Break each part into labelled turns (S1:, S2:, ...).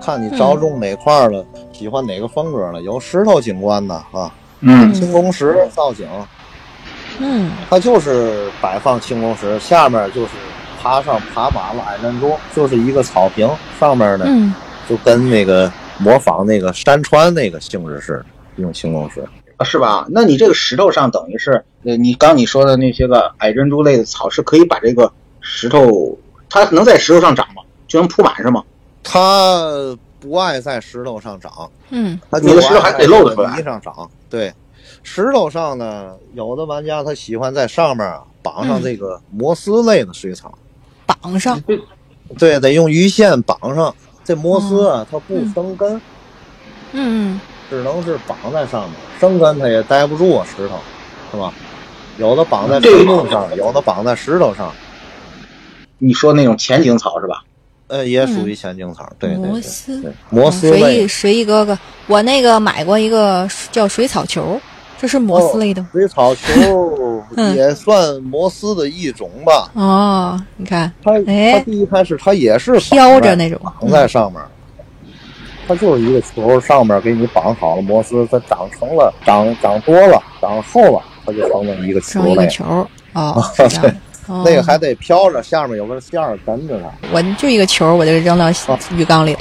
S1: 看你着重哪块儿了，喜欢哪个风格了，有石头景观的啊，
S2: 嗯
S1: 青铜石造景，
S3: 嗯
S1: 它就是摆放青铜石，下面就是爬上爬满了矮山桌，就是一个草坪，上面呢
S3: 嗯
S1: 就跟那个模仿那个山川那个性质似的，用青铜石。
S2: 啊是吧？那你这个石头上等于是，呃，你刚你说的那些个矮珍珠类的草是可以把这个石头，它能在石头上长吗？就能铺满是吗？
S1: 它不爱在石头上长，
S3: 嗯
S1: 它
S2: 你的石头还得露出来
S1: 泥上长。对，石头上呢，有的玩家他喜欢在上面啊绑上这个摩丝类的水草，
S3: 绑上，
S1: 对，得用鱼线绑上。这摩丝啊，它不生根，
S3: 嗯
S1: 只能是绑在上面，生根它也待不住啊，石头，是吧？有的绑在
S2: 这
S1: 石
S2: 个
S1: 头上，有的绑在石头上，
S2: 你说那种前景草是吧？
S1: 呃，也属于前茎草。对对
S3: 嗯摩
S1: 对
S3: 丝
S1: 对，摩丝
S3: 随意
S1: 类
S3: 随意哥哥，我那个买过一个叫水草球，这是摩
S1: 哦
S3: 丝类的吗？
S1: 水草球
S3: 嗯
S1: 也算摩丝的一种吧。
S3: 哦，你看
S1: 它
S3: 哎
S1: 它第一开始它也是绑在
S3: 飘着那种，
S1: 绑在上面，它就是一个球，上面给你绑好了摩丝，它长成了长长多了，长厚了，它就成了一个球
S3: 装一
S1: 类
S3: 个。球儿哦，是这样的。哦
S1: 那个还得飘着，下面有个线儿跟着它，
S3: 我就一个球儿，我就扔到浴缸里了，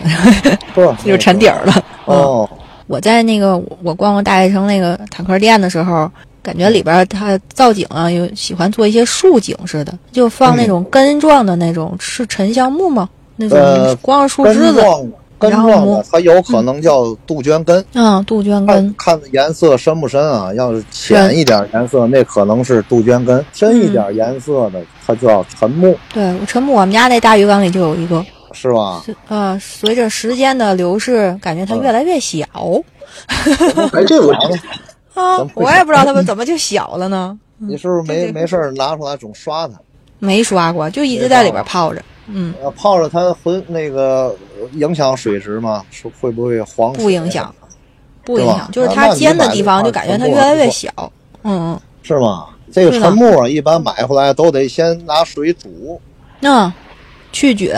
S1: 呵
S3: 就沉底。儿了。嗯
S1: 那个哦，
S3: 我在那个我逛过大学城那个坦克店的时候，感觉里边儿它造景啊，有喜欢做一些树景似的，就放那种根状的那种，是沉香木吗？那
S1: 呃
S3: 种光是树枝
S1: 根
S3: 子，
S1: 状根
S3: 然后
S1: 状
S3: 摸
S1: 的，它有可能叫杜鹃根。
S3: 嗯，杜鹃
S1: 看
S3: 根，
S1: 看颜色深不深啊？要是浅一点颜色，那可能是杜鹃根；深
S3: 嗯
S1: 一点颜色的，它叫沉木，
S3: 对我沉木，我们家那大鱼缸里就有一个，
S1: 是吧？
S3: 呃，随着时间的流逝，感
S1: 呃
S3: 觉它越来越小
S2: 哎，这我
S3: 啊
S1: 咱！不
S3: 我也不知道它们怎么就小了呢，
S1: 你是不是
S3: 嗯对
S1: 没
S3: 对
S1: 没事儿拿出来总刷它？
S3: 没刷过，就一直在里边泡着，嗯，
S1: 呃，泡着它浑那个呃影响水质吗？是会不会黄？
S3: 不影响，不影
S1: 对吧啊
S3: 响，就是
S1: 那
S3: 它
S1: 那你
S3: 尖的
S1: 买
S3: 地
S1: 的
S3: 方
S1: 话
S3: 就感觉
S1: 程
S3: 它
S1: 度
S3: 越
S1: 还
S3: 来
S1: 不
S3: 越
S1: 错
S3: 小，嗯嗯。
S1: 是吗？这个
S3: 是的
S1: 沉木啊，一般买回来都得先拿水煮，
S3: 嗯，去菌，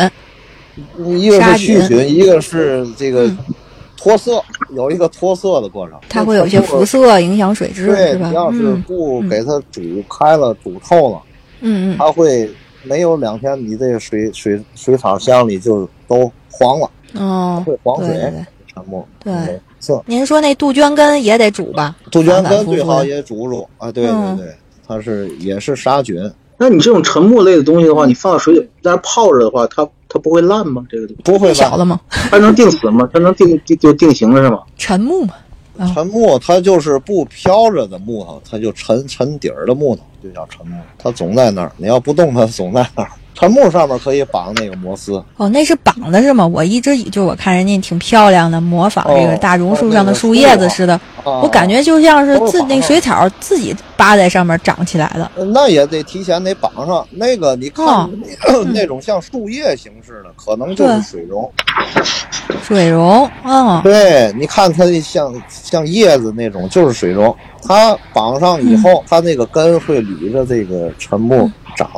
S1: 一个
S3: 杀
S1: 是去
S3: 菌
S1: 菌，一个是这个
S3: 嗯
S1: 脱色，有一个脱色的过程。
S3: 它会有一些辐
S1: 射，
S3: 射影响水质，
S1: 对
S3: 是吧
S1: 你？要是
S3: 嗯
S1: 不
S3: 嗯
S1: 给它煮开了、煮透了，
S3: 嗯嗯，
S1: 它会没有两天，你这个水水水草箱里就都黄了，
S3: 哦，
S1: 会黄
S3: 对对
S1: 水
S3: 对。
S1: 沉木
S3: 对
S1: 没色。
S3: 您说那杜鹃根也得煮吧？
S1: 杜鹃
S3: 反反
S1: 根
S3: 复
S1: 最
S3: 复
S1: 好
S3: 的
S1: 也煮煮啊，对对
S3: 嗯
S1: 对，它是也是杀菌，
S2: 那你这种沉木类的东西的话，你放到水里在那儿泡着的话，它它不会烂吗？这个东西
S1: 不会
S3: 小
S1: 烂。
S3: 了吗？
S2: 它能定死吗？它能定定就定型了是吗？
S3: 沉木嘛，啊
S1: 沉木它就是不飘着的木头，它就沉沉底儿的木头就叫沉木，它总在那儿，你要不动它总在那儿。 沉木上面可以绑那个摩丝，
S3: 哦，那是绑的是吗？我一直以就我看人家挺漂亮的，模仿这个
S1: 哦
S3: 大榕树上
S1: 哦那
S3: 的
S1: 个
S3: 树叶
S1: 树
S3: 子
S1: 啊
S3: 似的，
S1: 啊
S3: 我感觉就像是
S1: 都是
S3: 自
S1: 绑
S3: 那
S1: 上
S3: 水草自己扒在上面长起来的。
S1: 呃那也得提前得绑上。那个你看、
S3: 哦
S1: 那种像树叶形式的，可能就
S3: 对
S1: 是水溶。
S3: 水溶，嗯，
S1: 对，你看它像像叶子那种，就是水溶。它绑上以
S3: 嗯
S1: 后，它那个根会捋着这个沉木长，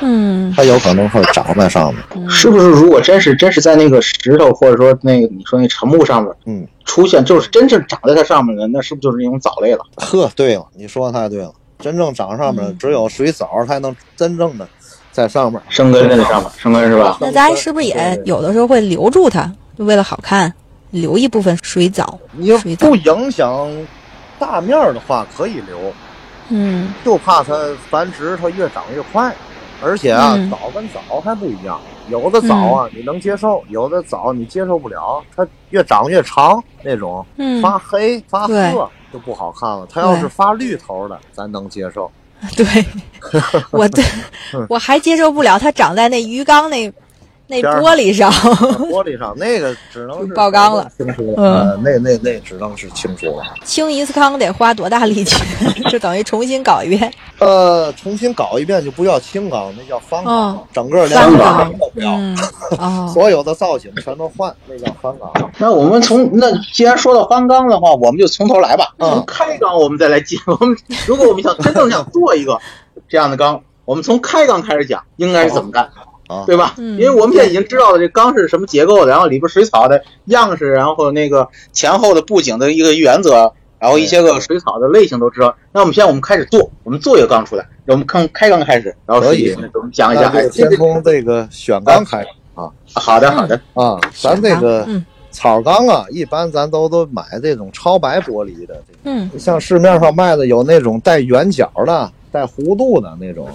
S3: 嗯
S1: 它有可能会长在上面。
S3: 嗯，
S2: 是不是如果真是真是在那个石头或者说那个你说那沉木上面，
S1: 嗯，
S2: 出现就是真正长在它上面的，那是不是就是那种藻类了？
S1: 呵，对了，你说的太对了，真正长上面
S3: 嗯
S1: 只有水藻才能真正的在上面。
S2: 生根在那上面，生根是吧？
S3: 那咱是不是也有的时候会留住它，就为了好看，留一部分水藻？
S1: 你要
S3: 水藻
S1: 不影响大面儿的话，可以留，
S3: 嗯
S1: 就怕它繁殖，它越长越快。而且啊
S3: 嗯，
S1: 藻跟藻还不一样，有的藻啊你能接受，有的藻你接受不了，它越长越长那种，
S3: 嗯，
S1: 发黑发
S3: 对
S1: 褐就不好看了。它要
S3: 对
S1: 是发绿头的，咱能接 受。 嗯
S3: 对，我对我还接受不了它长在那鱼缸那那
S1: 边儿
S3: 玻璃上，
S1: 玻璃上那个只能
S3: 就是爆缸了，
S1: 清除了。
S3: 嗯
S1: 呃，那那那只能是清除了。
S3: 清一次糠得花多大力气？ 就等于重新搞一遍。
S1: 呃，重新搞一遍就不叫轻钢，那叫翻钢，
S3: 哦
S1: 整个连
S3: 翻
S1: 钢
S3: 缸
S1: 都不要，
S3: 嗯， 哦，
S1: 所有的造型全都换，那叫翻钢。
S2: 那我们从那既然说到翻缸的话，我们就从头来吧。
S1: 嗯
S2: 从开缸我们再来进。 我们如果我们想真正想做一个这样的缸，我们从开缸开始讲，应该是怎么干
S1: 好啊，
S2: 哦对吧？
S3: 嗯
S2: 因为我们现在已经知道了这缸是什么结构的，然后里边水草的样式，然后那个前后的布景的一个原则，然后一些个水草的类型都知道。那我们现在我们开始做，我们做一个缸出来，我们从开缸开始，然后
S1: 可以
S2: 水姐我们讲一下。
S1: 那
S2: 哎
S1: 就，先从这个选钢开始
S2: 好的好的，
S1: 啊，咱这个
S3: 嗯
S1: 草钢啊，一般咱都都买这种超白玻璃的，这
S3: 嗯
S1: 个像市面上卖的有那种带圆角的、带弧度的那种，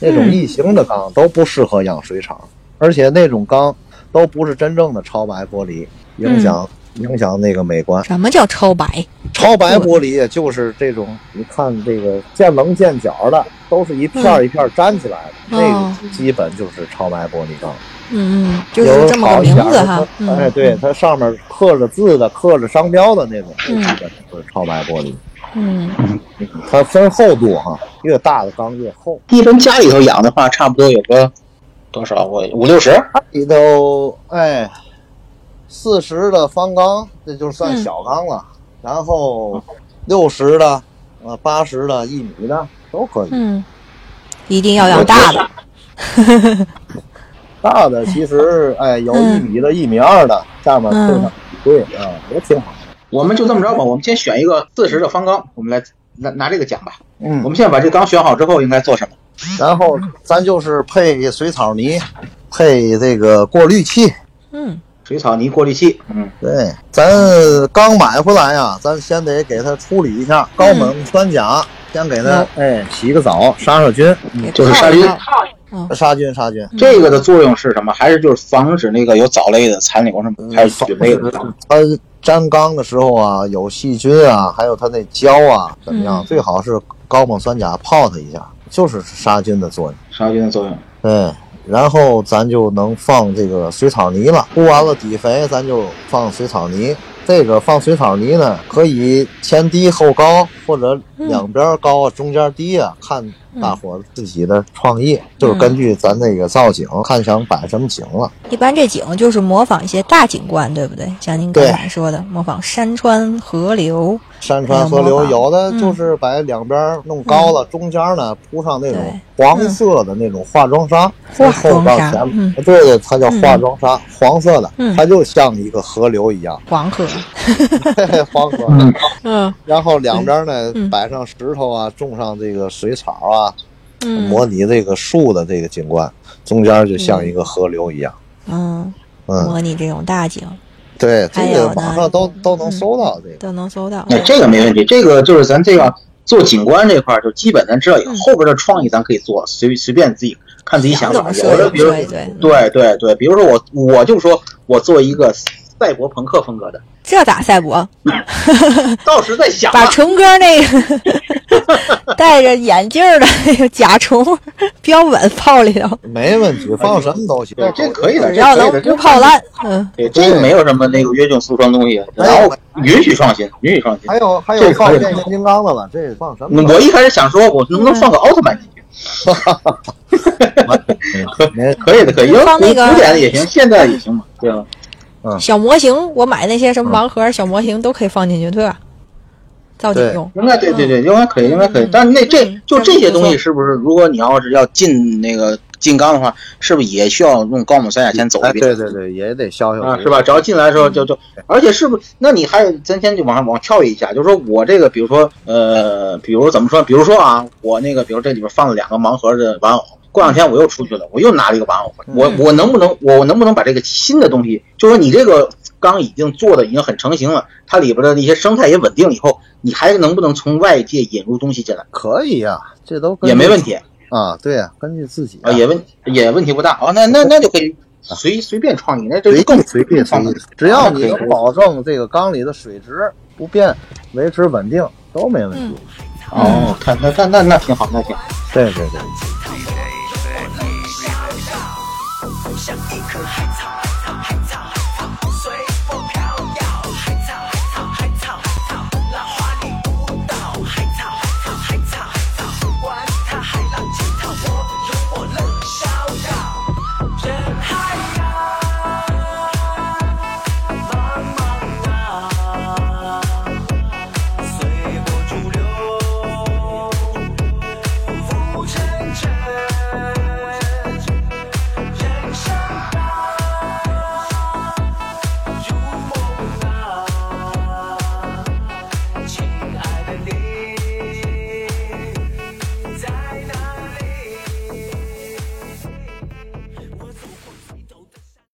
S1: 那种
S3: 嗯
S1: 异形的钢都不适合养水场，而且那种钢都不是真正的超白玻璃，影响
S3: 嗯
S1: 影响那个美观。
S3: 什么叫超白？
S1: 超白玻璃啊就是这种，你看这个见棱见角的，都是一片儿一片儿粘起来的，
S3: 嗯哦
S1: 那个基本就是超白玻璃钢。
S3: 嗯嗯，就是这么个名字哈。
S1: 有好一点的它哎，
S3: 嗯，
S1: 对，它上面刻着字的、刻着商标的那种，
S3: 嗯
S1: 这个就是超白玻璃。
S3: 嗯，
S1: 它分厚度哈，越大的缸越厚。
S2: 一般家里头养的话，差不多有个多少？我五六十。
S1: 里头哎，四十的方缸，这就算小缸了。
S3: 嗯
S1: 然后六十的、呃八十的、一米的都可以。
S3: 嗯，一定要养大的。
S1: 大的其实哎，有一
S3: 嗯
S1: 米的、一米二的，下面配上一堆啊，也挺好。
S2: 我们就这么着吧，我们先选一个四十的方缸，我们来拿拿这个讲吧。
S1: 嗯
S2: 我们现在把这缸选好之后，应该做什么？
S1: 然后咱就是配水草泥，配这个过滤器。
S3: 嗯
S2: 水草泥过滤器，嗯，
S1: 对，咱刚买回来呀，咱先得给它处理一下，高
S3: 嗯
S1: 锰酸钾，先给它哎洗个澡，杀杀菌，
S3: 给
S2: 就是
S3: 烫
S2: 杀
S3: 一
S2: 菌。
S3: 烫嗯
S1: 杀菌杀菌。
S2: 这个的作用是什么？还是就是防止那个有藻类的残留什么，还是菌类的？啊
S1: 它呃粘缸的时候啊，有细菌啊，还有它那胶啊，怎么样？
S3: 嗯
S1: 最好是高锰酸钾泡它一下，就是杀菌的作用。
S2: 杀菌的作用。
S1: 对，嗯然后咱就能放这个水草泥了。铺完了底肥，咱就放水草泥。这个放水草泥呢，可以前低后高，或者两边高啊，中间低啊，看大伙自己的创意，就是根据咱这个造景，看想摆什么景了。
S3: 一般这景就是模仿一些大景观，对不对？像您刚才说的，模仿山川河流。
S1: 山川河流，
S3: 嗯
S1: 有的就是把两边弄高了，中间呢铺上那种黄色的那种化妆纱，
S3: 嗯
S1: 从后到前
S3: 化妆
S1: 面，对对，它叫化妆纱，黄色的
S3: 嗯，
S1: 它就像一个河流一样。
S3: 黄河，
S1: 嘿， 黄河。
S2: 嗯
S3: 嗯
S1: 然后两边呢
S3: 嗯
S1: 摆上石头啊，种上这个水草啊，
S3: 嗯，
S1: 模拟这个树的这个景观，中间就像一个河流一样。
S3: 嗯，
S1: 嗯，
S3: 模拟这种大景
S1: 对，
S3: 还
S1: 这
S3: 有
S1: 个
S3: 呢嗯
S1: 网上都都能搜到这个。
S3: 都能搜到。
S2: 那这个没问题，这个就是咱这个做景观这块儿，就基本咱知道以后，
S3: 嗯
S2: 后边的创意咱可以做，随随便自己看自己想
S3: 怎
S2: 法。
S3: 么
S2: 有
S3: 设
S2: 的
S3: 计？
S2: 比如
S3: 对嗯对，
S2: 对对对，比如说我我就说我做一个赛博朋克风格 的，
S3: 这咋赛博？
S2: 到时再想吧啊
S3: 把。虫哥那 个戴着眼镜儿的那个甲虫标本泡里头，
S1: 没问题，放什么都行。
S2: 对，这可以的，
S3: 只
S2: 这
S3: 要
S2: 可
S3: 能
S2: 以的，这
S3: 不泡烂，嗯
S2: 对，这个没有什么那个约定俗成的东西，
S1: 哎
S2: 然后允许创新，允许创新
S3: 哎
S1: 还。有还有
S2: 这可以
S1: 放变形金刚的了，这放什么都
S2: 我一开始想说，我能不能放个
S3: 嗯
S2: 奥特曼进去？
S1: 行？没
S2: 可以的，可以，因为
S3: 放
S2: 古
S3: 那个
S2: 古典的也行，现代也行嘛，对吧？
S3: 小模型，我买那些什么盲盒小模型都可以放进去，对吧？造景
S1: 对
S3: 用，
S2: 应该嗯对对对，应该可以，应该可以
S3: 嗯。
S2: 但是那这
S3: 嗯
S2: 就这些东
S3: 这
S2: 西，
S3: 不
S2: 是不是如果你要是要进那个进缸的话，是不是也需要用高锰酸钾 先走
S1: 哎，
S2: 一遍？
S1: 对对对，也得消消
S2: 啊，
S1: 毒
S2: 是？吧？只要进来的时
S1: 嗯
S2: 候就就，而且是不是？那你还有，咱先就往上往跳一下，就是说我这个，比如说，呃，比如怎么说？比如说啊，我那个，比如这里边放了两个盲盒的玩偶，过两天我又出去了，我又拿了一个玩偶，我
S1: 嗯
S2: 我能不能我能不能把这个新的东西，就说你这个缸已经做的已经很成型了，它里边的那些生态也稳定了以后，你还能不能从外界引入东西进来？
S1: 可以呀，这都根据
S2: 也没问题
S1: 啊。对呀，根据自己
S2: 啊，也问也问题不大啊。那那那就可以随随便创意，那这就
S1: 随
S2: 更
S1: 意随便随
S2: 创意
S1: 意，嗯只要你
S2: 那可以
S1: 能保证这个缸里的水质不变，维持稳定都没问题。
S3: 嗯
S2: 哦，看那那那那挺好，那挺好。
S1: 对对对。
S4: 像一棵海草，海草，海草。